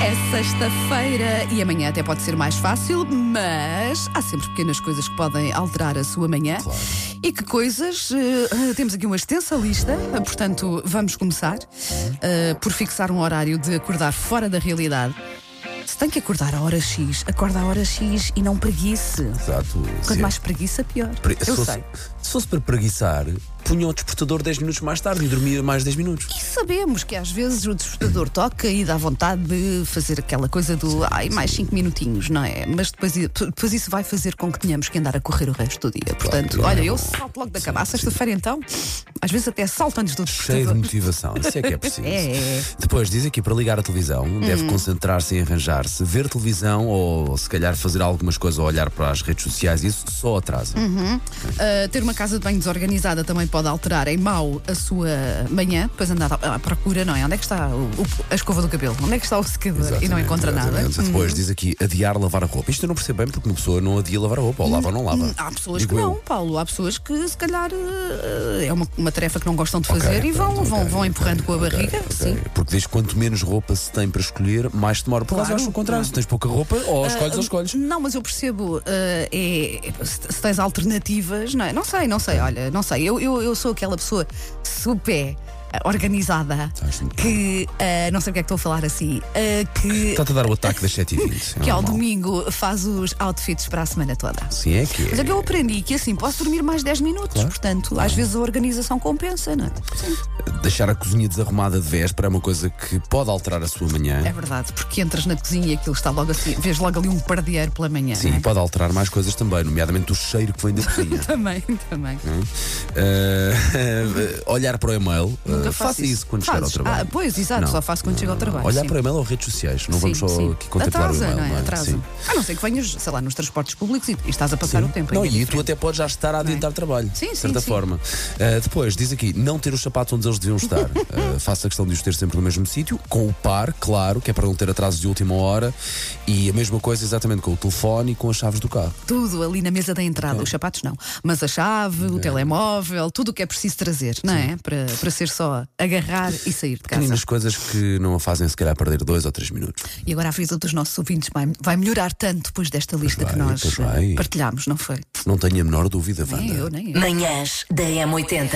É sexta-feira e amanhã até pode ser mais fácil, mas há sempre pequenas coisas que podem alterar a sua manhã. Claro. E que coisas? eh, eh, temos aqui uma extensa lista, eh, portanto, vamos começar eh, por fixar um horário de acordar fora da realidade. Se tem que acordar à hora X, acorda à hora X e não preguice. Exato. Quanto Sim. mais preguiça, pior. Pre- Eu se, fosse, sei. se fosse para preguiçar, punha o despertador 10 minutos mais tarde e dormia mais 10 minutos. E sabemos que às vezes o despertador toca e dá vontade de fazer aquela coisa do ai, mais cinco minutinhos, não é? Mas depois, depois isso vai fazer com que tenhamos que andar a correr o resto do dia. Portanto, claro. olha, eu salto logo da cama. À sexta-feira então, às vezes até salto antes do Cheio de despertador. motivação, isso é que é preciso. É. Hum. Depois diz aqui para ligar a televisão, deve concentrar-se em arranjar-se, ver televisão ou se calhar fazer algumas coisas ou olhar para as redes sociais, isso só atrasa. Uhum, Ah, ter uma casa de banho desorganizada também pode alterar em mau a sua manhã, depois andar à à procura, não é? Onde é que está o- o- a escova do cabelo? Onde é que está o secador? e não Exatamente, encontra nada. Uhum. exatamente. Depois diz aqui adiar lavar a roupa. Isto eu não percebo bem porque uma pessoa não adia lavar a roupa, ou lava ou não lava. Hum, Há pessoas Digo que não, eu. Paulo. Há pessoas que, se calhar, eh, é uma, uma tarefa que não gostam de Ok, fazer e vão, pronto, vão, ok, vão empurrando ok, com a ok, barriga. ok. Sim. Porque diz que quanto menos roupa se tem para escolher, mais demora. Por Claro. acaso Ah, hum, acho o contrário, se tens pouca roupa, ou escolhes ou escolhes. Não, mas eu percebo eh, é- é- se se tens alternativas, não é? Não sei, não sei, olha, não sei. Eu, eu, eu sou aquela pessoa super eh, organizada Estás muito que eh, não sei porque é que estou a falar assim, eh, que, Está-te a dar o ataque das 7h20. é que ao Tá normal. domingo faz os outfits para a semana toda. Sim, é que Mas é é. que eu aprendi que assim posso dormir mais 10 minutos, portanto, às vezes a organização compensa, não é? Deixar a cozinha desarrumada de véspera é uma coisa que pode alterar a sua manhã. É verdade, porque entras na cozinha e aquilo está logo assim, vês logo ali um pardieiro pela manhã. Sim, não e é? pode alterar mais coisas também, nomeadamente o cheiro que vem da cozinha. Também, também. Uh, Eh, olhar para o e-mail. eh, Nunca faço faça isso, quando chegar ao Fazes? trabalho. Ah, pois, exato, Não, só faço quando chego ao trabalho. Olhar sim. para o e-mail ou redes sociais. Não vamos Sim, só sim. aqui contemplar Atrasa, o e-mail. não é? não é? Atrasa. Sim. A não ser que venhas, sei lá, nos transportes públicos e e estás a passar o tempo. Não, aí é e tu diferente. até podes já estar a adiantar trabalho, Sim, de sim, certa sim. forma. Uh, depois, diz aqui, não ter os sapatos onde eles deviam estar. Uh, faça a questão de os ter sempre no mesmo sítio, com o par, claro, que é para não ter atrasos de última hora. E a mesma coisa exatamente com o telefone e com as chaves do carro. Tudo ali na mesa da entrada, os sapatos não, mas a chave, É. o telemóvel, tudo o que é preciso trazer, não é? Para, para ser só agarrar e sair de casa. Pequeninas coisas que não a fazem se calhar perder dois ou três minutos. E agora a vida dos nossos ouvintes vai, vai melhorar tanto depois desta lista que vai, nós pois eh, vai. partilhámos, não foi? Não tenho a menor dúvida, Wanda. Nem eu, nem eu. Manhãs da M80.